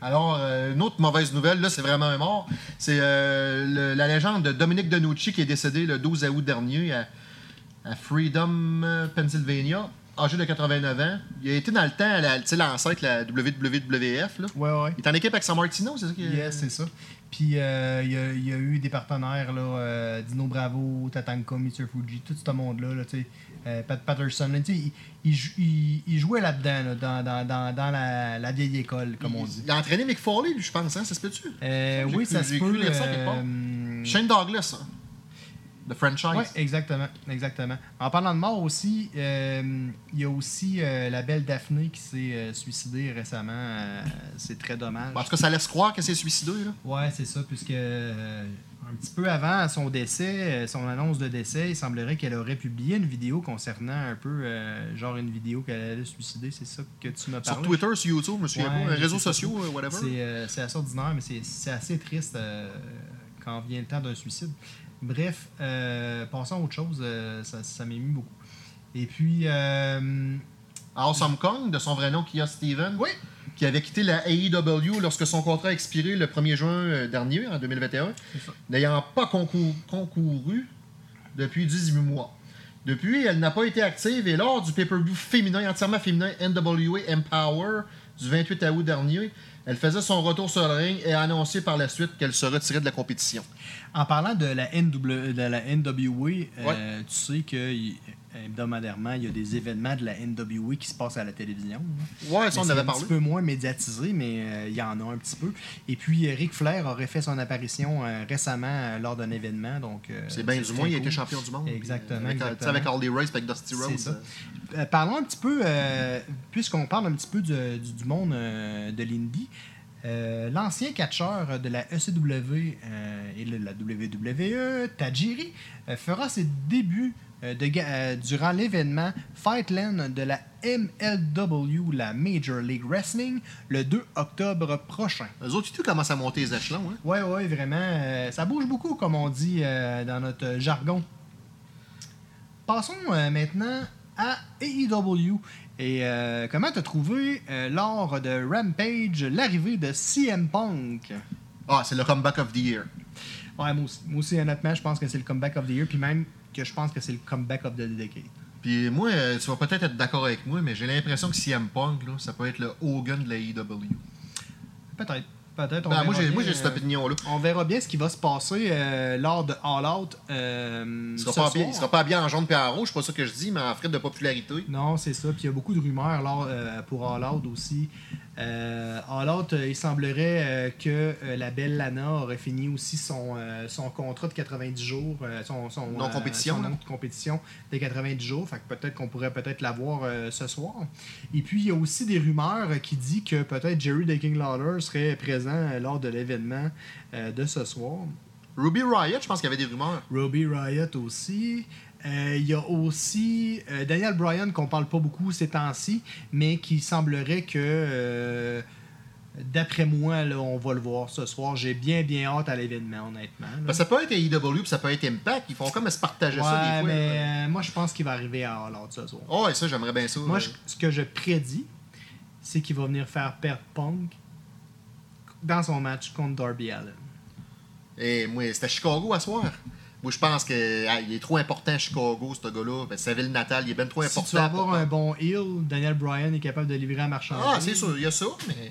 Alors, euh, une autre mauvaise nouvelle, là, c'est vraiment un mort. C'est euh, le- la légende de Dominique Donucci qui est décédé le 12 août dernier à, à Freedom, euh, Pennsylvania, âgé de 89 ans. Il a été dans le temps à la- tu sais, l'ancêtre, la WWF. Là.
Ouais, ouais.
Il est en équipe avec San Martino, c'est ça qui est-
Yes, c'est ça. Puis euh, il y, a- il y a eu des partenaires, là, euh, Dino Bravo, Tatanka, Mr. Fuji, tout ce monde-là, là, tu sais, euh, Pat Patterson, là, tu sais, il, il jou- il- il jouait là-dedans, là, dans, dans, dans, dans la, la vieille école, comme on dit.
Il a entraîné Mick Foley, lui, je pense, hein, ça se peut-tu?
Euh,
J'ai
oui,
cru-
ça se
j'ai
peut.
cru lire ça quelque part.
euh,
Shane Douglas, hein, The franchise.
Oui, exactement, exactement. En parlant de mort aussi, euh, il y a aussi euh, la belle Daphné qui s'est euh, suicidée récemment. euh, c'est très dommage.
Bon, en tout cas, ça laisse croire que c'est suicideux. Là.
Ouais, c'est ça, puisque euh, un petit peu avant son décès, euh, son annonce de décès, il semblerait qu'elle aurait publié une vidéo concernant un peu, euh, genre une vidéo qu'elle allait se suicider. C'est ça que tu m'as
Sur
parlé.
Twitter, sur YouTube, je me souviens
Ouais,
pas, réseaux
c'est ça.
sociaux, euh, whatever.
C'est euh, c'est assez ordinaire, mais c'est c'est assez triste euh, quand vient le temps d'un suicide. Bref, euh, passons à autre chose, euh, ça, ça m'émue beaucoup. Et puis, euh,
Awesome Kong, de son vrai nom, Kia Steven,
Oui.
qui avait quitté la AEW lorsque son contrat a expiré le 1er juin euh, dernier, en 2021,
ça.
n'ayant pas concou- concouru depuis 18 mois. Depuis, elle n'a pas été active et lors du pay-per-view féminin, entièrement féminin, NWA Empower, du 28 août dernier, elle faisait son retour sur le ring et a annoncé par la suite qu'elle se retirait de la compétition.
En parlant de la, NW, de la NWA, euh, tu sais que y- hebdomadairement, il y a des événements de la NWA qui se passent à la télévision. hein. là.
Ouais, ça,
Mais
on en
c'est
avait
un
parlé.
petit peu moins médiatisé, mais euh, il y en a un petit peu. Et puis, euh, Ric Flair aurait fait son apparition euh, récemment euh, lors d'un événement. donc euh,
C'est bien du
très
moins, il a
cool.
été champion du monde.
Exactement,
Avec, euh, tu sais,
exactement.
avec Harley Race, avec Dusty Rhodes.
C'est ça. Euh, parlons un petit peu, euh, puisqu'on parle un petit peu du, du- du monde euh, de l'Indie, euh, l'ancien catcheur de la ECW euh, et de la WWE, Tajiri, euh, fera ses débuts euh, de ga- euh, durant l'événement Fightland de la MLW, la Major League Wrestling, le 2 octobre prochain.
Eux autres, tu commencent à monter les échelons. Hein?
Ouais, ouais, vraiment. euh, ça bouge beaucoup, comme on dit euh, dans notre jargon. Passons euh, maintenant à AEW. Et euh, comment t'as trouvé euh, lors de Rampage l'arrivée de CM Punk?
Ah, c'est le comeback of the year.
Ouais, moi aussi, moi aussi, honnêtement, je pense que c'est le comeback of the year, puis même que je pense que c'est le comeback of the decade.
Puis moi, euh, tu vas peut-être être, d'accord avec moi, mais j'ai l'impression que CM Punk, là, ça peut être le Hogan de la IW.
Peut-être. Peut-être. on
Ben, moi,
verra
j'ai moi,
bien,
j'ai cette
euh,
opinion-là.
On verra bien ce qui va se passer euh, lors de All Out. euh,
Il sera,
ce
pas bien,
soir.
il sera pas bien en jaune et en rouge, c'est pas ça que je dis, mais en frais de popularité.
Non, c'est ça. Puis il y a beaucoup de rumeurs là, euh, pour All Out aussi. Euh, All Out, euh, il semblerait euh, que euh, la belle Lana aurait fini aussi son, euh, son contrat de 90 jours, euh, son, son,
Non
euh,
compétition,
son
là.
non compétition de 90 jours. Fait que peut-être qu'on pourrait peut-être la voir euh, ce soir. Et puis il y a aussi des rumeurs euh, qui disent que peut-être Jerry the King Lawler serait présent euh, lors de l'événement euh, de ce soir.
Ruby Riot, je pense qu'il y avait des rumeurs.
Robbie Riot aussi. Euh, Il y a aussi euh, Daniel Bryan, qu'on parle pas beaucoup ces temps-ci, mais qui semblerait que, euh, d'après moi, là, on va le voir ce soir. J'ai bien, bien hâte à l'événement, honnêtement. là.
Ben, ça peut être AEW, puis ça peut être Impact. Ils font comme se partager ça des fois.
Ouais, mais
là.
euh, moi, je pense qu'il va arriver à All Out ce soir.
Oh, et ça, j'aimerais bien ça.
Moi,
euh,
je- ce que je prédis, c'est qu'il va venir faire perdre Punk dans son match contre Darby Allen.
Eh, moi, c'était Chicago à soir. Moi, je pense que ah, il est trop important Chicago, ce gars-là. Ben, sa ville natale, il est bien trop
Si
important.
tu veux avoir
pour-
un bon heel, Daniel Bryan est capable de livrer à marchandise.
Ah, c'est sûr, il y a ça, mais.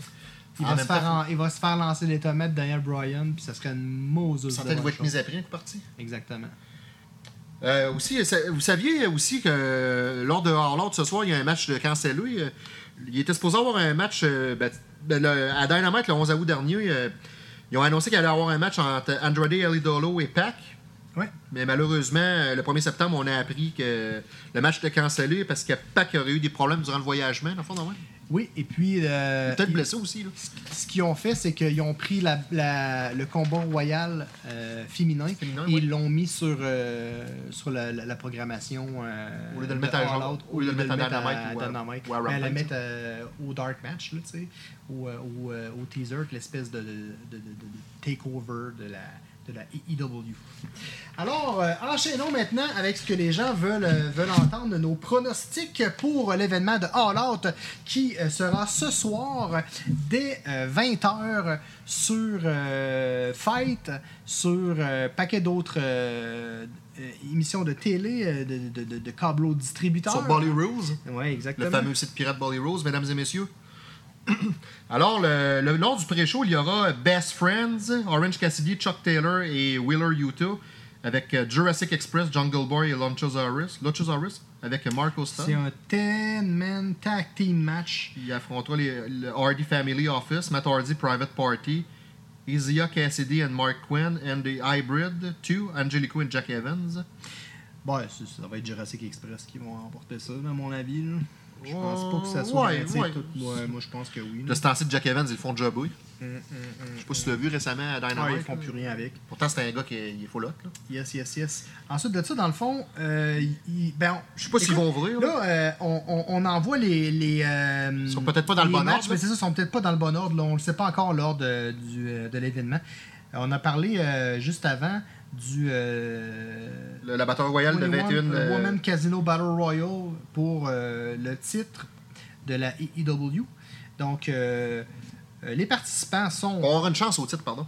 Il
en
va, se
même
faire
temps,
en- il va se faire lancer les tomates Daniel Bryan, puis ça serait une mauvaise
Centaines de voix de mise après, un coup parti.
Exactement.
Euh, aussi, ça- vous saviez aussi que euh, lors de All Out ce soir, il y a un match de Cancelo. euh, Il était supposé avoir un match euh, ben, ben, le- à Dynamite le 11 août dernier. euh, Ils ont annoncé qu'il allait y avoir un match entre Andrade Elidolo et Pac.
Ouais.
Mais malheureusement, euh, le 1er septembre, on a appris que le match était cancellé parce que Pac aurait eu des problèmes durant le voyagement, dans le fond, non, ouais.
Oui, et puis. euh,
Peut-être
il-
blessé aussi, là.
Ce qu'ils ont fait, c'est qu'ils ont pris la- la- le combat royal euh, féminin,
Féminin,
et
oui.
ils l'ont mis sur, euh, sur la, la- la programmation. euh,
Au lieu de le mettre à
All
genre-
Out,
au lieu de le mettre à Dynamite ou à-
Dynamite. Ben,
ou à
Mais à la
Rampage,
mettre euh, au Dark Match, là, tu sais, au, euh, au, euh, au teaser, que l'espèce de, de- de- de- de takeover de la, de la EW. Alors, euh, enchaînons maintenant avec ce que les gens veulent, euh, veulent entendre, nos pronostics pour euh, l'événement de All Out qui euh, sera ce soir euh, dès 20h sur euh, Fight, sur euh, paquet d'autres euh, euh, émissions de télé, euh, de, de, de, de câbleaux distributeurs.
Sur Bolly Rules.
Oui, exactement.
Le fameux site pirate Bolly Rose, mesdames et messieurs. Alors, le, le long du pré-show, il y aura Best Friends, Orange Cassidy, Chuck Taylor et Wheeler Yuta, avec euh, Jurassic Express, Jungle Boy et Luchasaurus, Luchasaurus avec euh, Marco
C'est
Stunt.
un 10-man tag team match.
Il affrontera les, le Hardy Family Office, Matt Hardy Private Party, Isaiah Cassidy and Mark Quinn, and the Hybrid 2, Angelico and Jack Evans.
Bon, ça, ça va être Jurassic Express qui vont emporter ça, à mon avis. là. Je pense pas que ça soit
Ouais,
dramatique,
ouais.
tout. Ouais, moi, je pense que oui. là.
De ce temps-ci, Jack Evans, ils le font job, oui.
Mm,
Je sais pas si tu l'as vu récemment à
Ah,
Dynamite.
ils font plus rien avec.
Pourtant, c'est un gars qui est, il est faux là.
Yes, yes, yes. Ensuite de ça, dans le fond, euh, ils- ils- ben, on-
Je sais pas s'ils
Écoute,
vont ouvrir. là.
Là, euh, on, on, on envoie les. les euh, ils
sont peut-être pas dans le bon ordre, là.
Mais c'est ça, ils sont peut-être pas dans le bon ordre. là. on ne sait pas encore l'ordre euh, du, euh, de l'événement. Euh, On a parlé euh, juste avant du. euh,
Le- la bataille royale de
21
21. euh,
Woman Casino Battle Royal pour euh, le titre de la EEW. Donc, euh, euh, les participants sont.
On aura une chance au titre, pardon.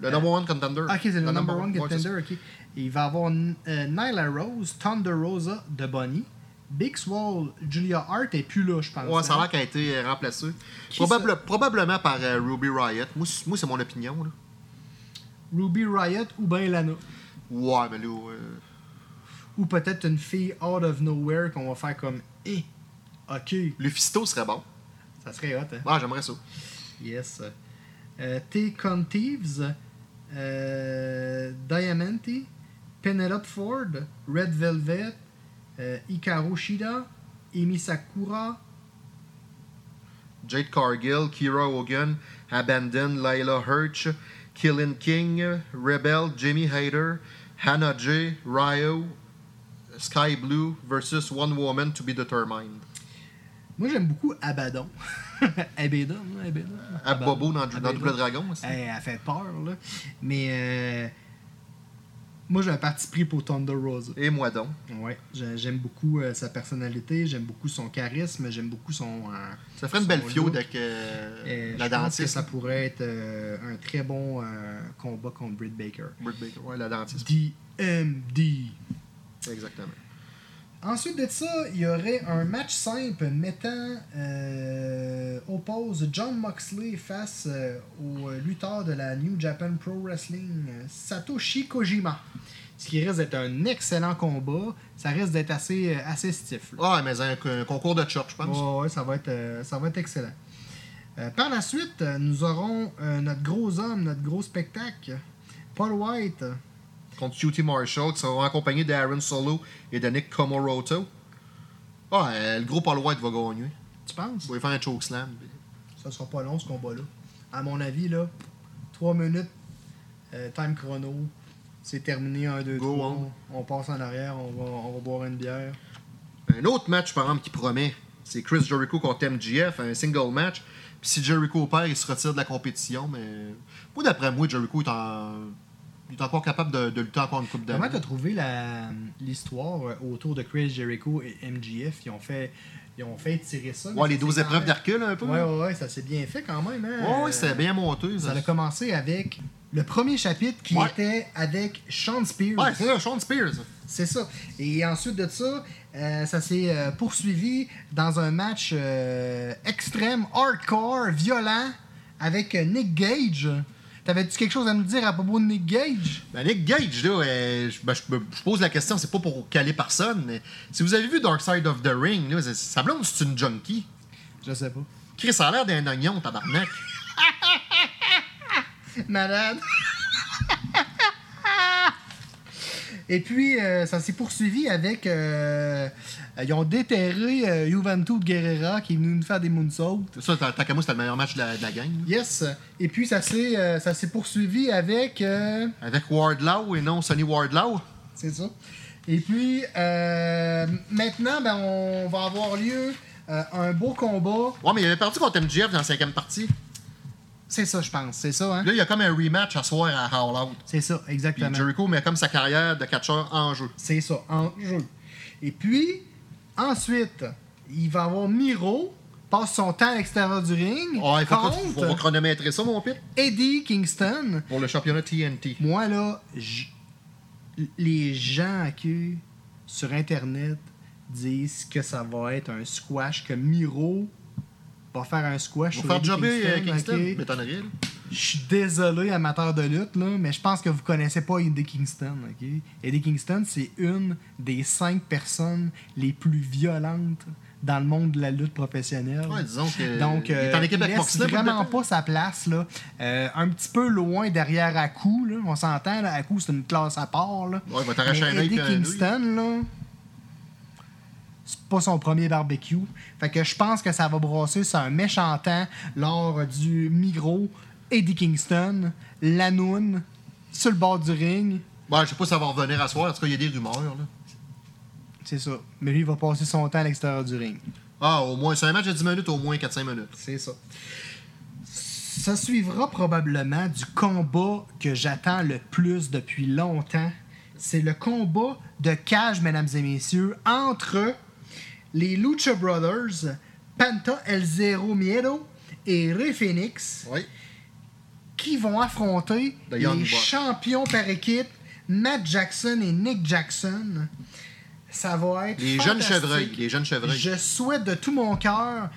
Le number one contender.
Ah, ok, c'est le number one
ouais, c'est ça.
contender. ok. Il va avoir N- euh, Nyla Rose, Thunder Rosa de Bonnie, Big Swole, Julia Hart et puis là, je pense.
Ouais, ça a
hein.
l'air qu'elle a été euh, remplacée.
Qui
Probable- Probablement par euh, Ruby Riot. Moi, c'est moi, c'est mon opinion. Là.
Ruby Riot ou bien Lana.
Ouais, mais là. euh,
Ou peut-être une fille out of nowhere qu'on va faire comme Eh, ok,
Lufisto serait bon.
ça serait hot. Hein?
Ouais, j'aimerais ça.
Yes. Euh, T. Conteves, euh, Diamante, Penelope Ford, Red Velvet, euh, Hikaru Shida, Emi Sakura,
Jade Cargill, Kira Hogan, Abandon, Layla Hirsch, Killing King, Rebel, Jimmy Hayter, Hannah J, Ryo, Sky Blue versus One Woman to be determined.
Moi, j'aime beaucoup Abaddon. Abaddon, hein, Abaddon.
À Bobo dans, dans
Abaddon.
Double Dragon. aussi.
Hey, elle fait peur, là. Mais euh, moi, j'ai un parti pris pour Thunder Rosa.
Et moi donc.
Ouais, j'ai- j'aime beaucoup euh, sa personnalité, j'aime beaucoup son charisme, j'aime beaucoup son. euh,
Ça ferait une
son
belle fiode
look.
avec euh,
Et
la
je pense que
dentiste.
ça pourrait être euh, un très bon euh, combat contre Britt Baker.
Britt Baker, ouais, la dentiste.
DMD.
Exactement.
Ensuite de ça, il y aurait un match simple mettant euh, oppose John Moxley face euh, au euh, lutteur de la New Japan Pro Wrestling, euh, Satoshi Kojima. Ce qui risque d'être un excellent combat. Ça risque d'être assez, euh, assez stiff. là.
Ah, mais un, un concours de church, je pense.
Ouais, ouais, ça va être, euh, ça va être excellent. Euh, par la suite, euh, nous aurons euh, notre gros homme, notre gros spectacle, Paul White.
Contre QT Marshall, qui seront accompagnés d'Aaron Solo et de Nick Komoroto. Ah, euh, le gros Paul White va gagner.
Tu penses?
Il va lui faire un chokeslam.
Ça sera pas long ce combat-là. À mon avis, là, 3 minutes, euh, time chrono, c'est terminé, 1, 2,
Go
3.
on.
On. passe en arrière, on va, on va boire une bière.
Un autre match, par exemple, qui promet, c'est Chris Jericho contre MGF, un single match. Puis si Jericho perd, il se retire de la compétition. Mais moi, d'après moi, Jericho est, en- il est encore capable de, de lutter encore une coupe
Comment
d'années.
t'as trouvé la- l'histoire euh, autour de Chris Jericho et MGF? Ils ont fait, ils ont fait tirer ça. mais
Ouais, les
ça
12
s'est quand
épreuves
même-
d'Hercule, un peu.
Ouais, ouais, ouais, ça s'est bien fait quand même. Hein?
Ouais,
Euh,
ouais, c'était bien monté.
Ça
ça.
a commencé avec le premier chapitre qui
Ouais.
était avec Sean Spears.
Ouais, c'est ça, Sean Spears.
C'est ça. Et ensuite de ça, euh, ça s'est euh, poursuivi dans un match euh, extrême, hardcore, violent, avec euh, Nick Gage. T'avais-tu quelque chose à nous dire à propos de Nick Gage?
Ben, Nick Gage, là, euh, je, ben, je me- je pose la question, c'est pas pour caler personne, mais si vous avez vu Dark Side of the Ring, là, c'est- sa blonde, c'est une junkie.
Je sais pas.
Chris a l'air d'un oignon, tabarnak.
Malade. Et puis, euh, ça s'est poursuivi avec. euh, ils ont déterré euh, Juventus Guerrera qui est venu nous faire des moonsaults.
Ça, tant tant qu'à moi, c'était le meilleur match de la, de la gang. là.
Yes. Et puis, ça s'est euh, ça s'est poursuivi avec. euh,
Avec Wardlow et non Sonny Wardlow.
C'est ça. Et puis, euh, maintenant, ben, on va avoir lieu euh, un beau combat.
Ouais, mais il avait perdu contre MGF dans la cinquième partie.
C'est ça, je pense. C'est ça, hein?
Là, il y a comme un rematch à soir à Hall Out.
C'est ça,
Puis
exactement.
Jericho met comme sa carrière de catcheur en jeu.
C'est ça, en jeu. Et puis, ensuite, il va avoir Miro, passe son temps à l'extérieur du ring,
Ouais, il faut,
contre
qu'on- faut pas chronométrer ça, mon pit,
Eddie Kingston.
pour le championnat TNT.
Moi, là, j- les gens qui, sur Internet, disent que ça va être un squash, que Miro va faire un squash.
Faut
sur
faire
Eddie
jobber euh, Kingston,
ok?
mais t'en as rien, là.
Je suis désolé, amateur de lutte, là, mais je pense que vous connaissez pas Eddie Kingston. ok? Eddie Kingston, c'est une des cinq personnes les plus violentes dans le monde de la lutte professionnelle.
Ouais, disons que-
Donc,
il est
euh,
en équipe
il
avec
laisse
Moxley,
vraiment
peut-être.
pas sa place. Là. Euh, un petit peu loin derrière Aku. Là. On s'entend, là, Aku, c'est une classe à part. Là.
Ouais, il va t'arracher
Mais
un œil
Eddie
puis un œil.
Kingston, là, c'est pas son premier barbecue. Fait que je pense que ça va brasser sur un méchant temps lors du Migros, Eddie Kingston, Lanoun, sur le bord du ring.
Ouais, je sais pas si ça va revenir à soir. En tout cas, il y a des rumeurs, là.
C'est ça. Mais lui, il va passer son temps à l'extérieur du ring.
Ah, au moins, c'est un match de 10 minutes, au moins 4-5 minutes.
C'est ça. Ça suivra probablement du combat que j'attends le plus depuis longtemps. C'est le combat de cage, mesdames et messieurs, entre les Lucha Brothers, Panta El Zero Miedo et Rey Phoenix,
Oui.
qui vont affronter
The Young
les
Bucks.
champions par équipe, Matt Jackson et Nick Jackson. Ça va être
Les jeunes
fantastique.
chevreuils, les jeunes chevreuils.
Je souhaite de tout mon cœur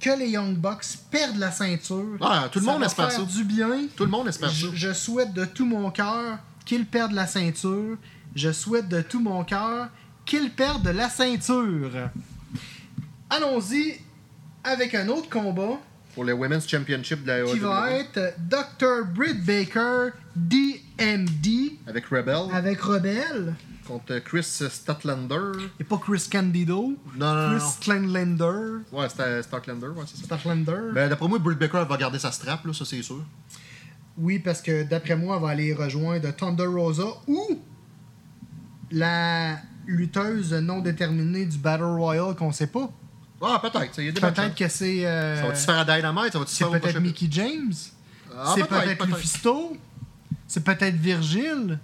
que les Young Bucks perdent la ceinture.
Ah, tout le monde
va
espère
faire
ça.
du bien.
Tout le monde espère ça.
Je, je souhaite de tout mon cœur qu'ils perdent la ceinture. Je souhaite de tout mon cœur qu'ils perdent la ceinture. Allons-y avec un autre combat
Pour le Women's Championship de la E.
qui va
AEW.
être Dr. Britt Baker, DMD,
Avec Rebel
avec Rebel,
contre Chris Statlander.
et pas Chris Candido,
Non, non, non.
Chris Kleinlander,
Ouais, c'était Statlander, ouais, c'est ça.
Starlander.
Ben, d'après moi, Britt Baker elle va garder sa strap, là, ça, c'est sûr.
Oui, parce que d'après moi, elle va aller rejoindre Thunder Rosa ou la lutteuse non déterminée du Battle Royale qu'on sait pas.
Ah, peut-être, ça, il y a des bonnes
Peut-être
chances.
que c'est. euh,
Ça va-tu se faire à Dynamite? Ça va-tu se
c'est
faire au
peut-être
prochain-
Mickey James.
Ah,
c'est
peut-être,
peut-être
peut-être.
Lufisto. C'est peut-être Virgil.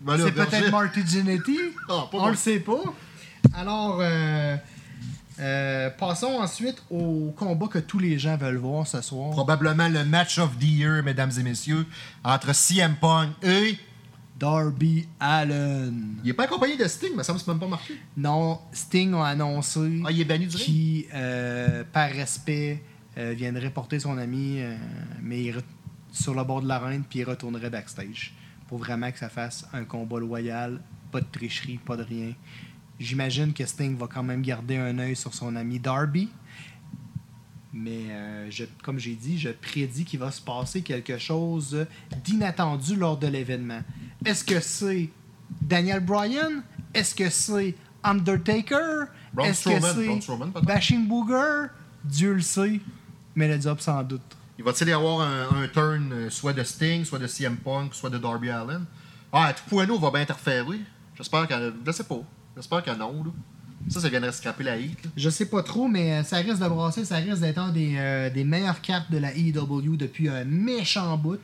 Ben là,
c'est
Virgil.
peut-être Marty Jannetty.
Ah, pas
On
moi.
le sait pas. Alors, euh, euh, passons ensuite au combat que tous les gens veulent voir ce soir.
Probablement le match of the year, mesdames et messieurs, entre CM Punk et.
Darby Allen.
Il est pas accompagné de Sting, mais ça me semble même pas marqué.
Non, Sting a annoncé
Ah, il est banni du ring.
qui, euh, par respect, euh, viendrait porter son ami, euh, mais il re- sur le bord de l'arène, puis il retournerait backstage pour vraiment que ça fasse un combat loyal, pas de tricherie, pas de rien. J'imagine que Sting va quand même garder un œil sur son ami Darby, mais euh, je- comme j'ai dit, je prédis qu'il va se passer quelque chose d'inattendu lors de l'événement. Est-ce que c'est Daniel Bryan? Est-ce que c'est Undertaker?
Braun
Est-ce que
Strowman, Braun Strowman,
c'est
peut-être.
Bashing Booger? Dieu le sait, mais le job sans doute.
Il va-t-il y avoir un, un turn euh, soit de Sting, soit de CM Punk, soit de Darby Allen? Ah, Tupueno va bien interférer. J'espère que. Je sais pas. J'espère que non, là. Ça, ça viendrait scraper la hit. là.
Je sais pas trop, mais euh, ça risque de brasser, ça risque d'être un des, euh, des meilleures cartes de la AEW depuis un méchant bout.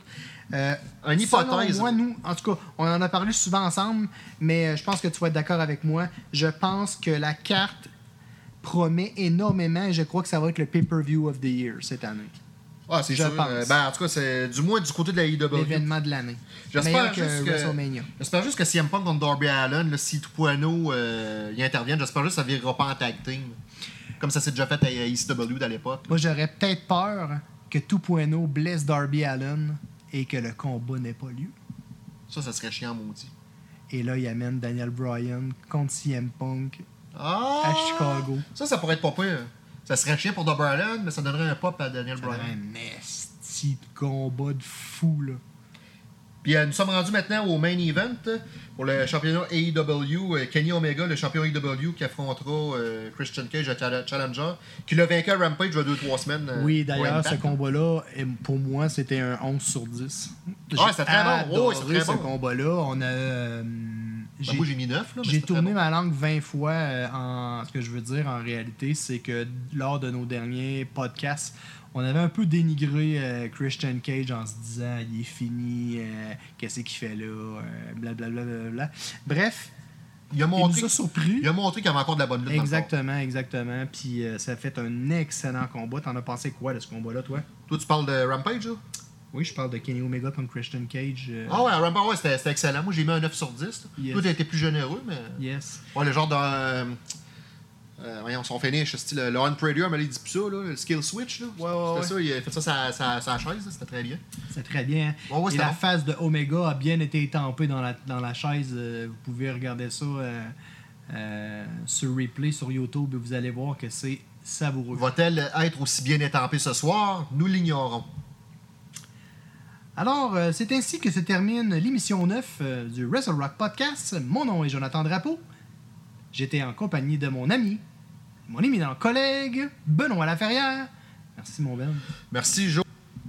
Euh,
Une hypothèse.
selon moi, nous, en tout cas, on en a parlé souvent ensemble, mais euh, je pense que tu vas être d'accord avec moi. Je pense que la carte promet énormément et je crois que ça va être le pay-per-view of the year cette année.
Ah, c'est
Je
sûr.
pense.
Euh, Ben, en tout cas, c'est du moins du côté de la E IW.
L'événement de l'année.
J'espère
Meilleur
juste,
que WrestleMania.
que... j'espère juste que CM Punk contre Darby Allen, là, si Tupueno euh, y intervient, j'espère juste que ça virera pas en tag team. Comme ça s'est déjà fait à E ICW à l'époque.
Moi, j'aurais peut-être peur que Tupueno blesse Darby Allen et que le combat n'ait pas lieu.
Ça, ça serait chiant, maudit.
Et là, il amène Daniel Bryan contre CM Punk.
Ah!
À Chicago.
Ça, ça pourrait être pas pire. Ça serait chiant pour Darby Allen, mais ça donnerait un pop à Daniel
Ça donnerait
Bryan.
un esti si de combat de fou, là.
Puis euh, nous sommes rendus maintenant au main event euh, pour le championnat AEW. euh, Kenny Omega, le champion AEW, qui affrontera euh, Christian Cage, le chal- challenger, qui l'a vaincu à Rampage il y a 2-3 semaines. euh,
Oui,
au
d'ailleurs,
Impact.
ce combat-là, eh, pour moi, c'était un 11 sur 10.
Ah, c'était très bon. Oh,
J'ai
c'était
adoré
très
ce
bon.
combat-là. On a. euh,
Ben, moi, j'ai mis 9.
J'ai tourné ma langue 20 fois euh, en ce que je veux dire en réalité, c'est que lors de nos derniers podcasts, on avait un peu dénigré euh, Christian Cage en se disant il est fini, euh, qu'est-ce qu'il fait là, euh, blablabla. blablabla. Bref,
Il a
il
montré
nous a surpris.
il a montré qu'il y avait encore de la bonne lutte. dans le corps.
Exactement, exactement. Puis euh, ça a fait un excellent combat. T'en as pensé quoi de ce combat-là, toi
Toi, tu parles de Rampage, là?
Oui, je parle de Kenny Omega contre Christian Cage. euh,
Ah ouais, Rampage, ouais, c'était c'était excellent. Moi, j'ai mis un 9 sur 10. là.
Yes.
Toi, t'as été plus généreux, mais.
Yes.
Ouais, le genre de. euh, euh, voyons, son finish, style euh, Lauren Prager, mais il dit plus ça, là, le skill switch. Là.
ouais,
c'était ça, il a fait ça sa, sa, sa chaise, là, c'était très bien.
C'est très bien. hein.
Ouais, ouais,
Et
c'était
la
bon.
face de Omega a bien été étampée dans la, dans la chaise. Euh, Vous pouvez regarder ça euh, euh, sur replay, sur YouTube. et Vous allez voir que c'est savoureux.
Va-t-elle être aussi bien étampée ce soir Nous l'ignorons.
Alors, euh, c'est ainsi que se termine l'émission 9 euh, du Wrestle Rock Podcast. Mon nom est Jonathan Drapeau. J'étais en compagnie de mon ami, mon éminent collègue, Benoît Laferrière. Merci, mon Ben.
Merci, Joe.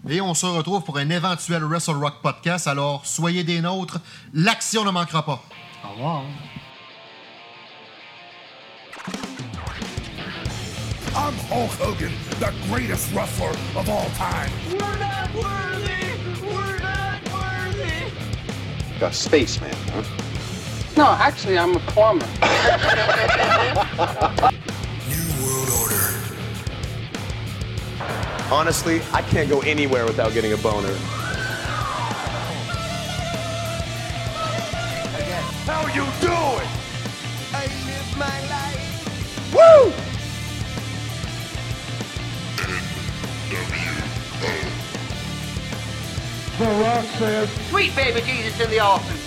Et on se retrouve pour un éventuel Wrestle Rock podcast. Alors, soyez des nôtres. L'action ne manquera pas.
Au revoir.
I'm Hulk Hogan, the greatest wrestler of all time.
We're not worthy. We're not worthy.
A spaceman, huh?
No, actually, I'm a plumber.
Honestly, I can't go anywhere without getting a boner.
How you doing?
Sweet baby Jesus in the office.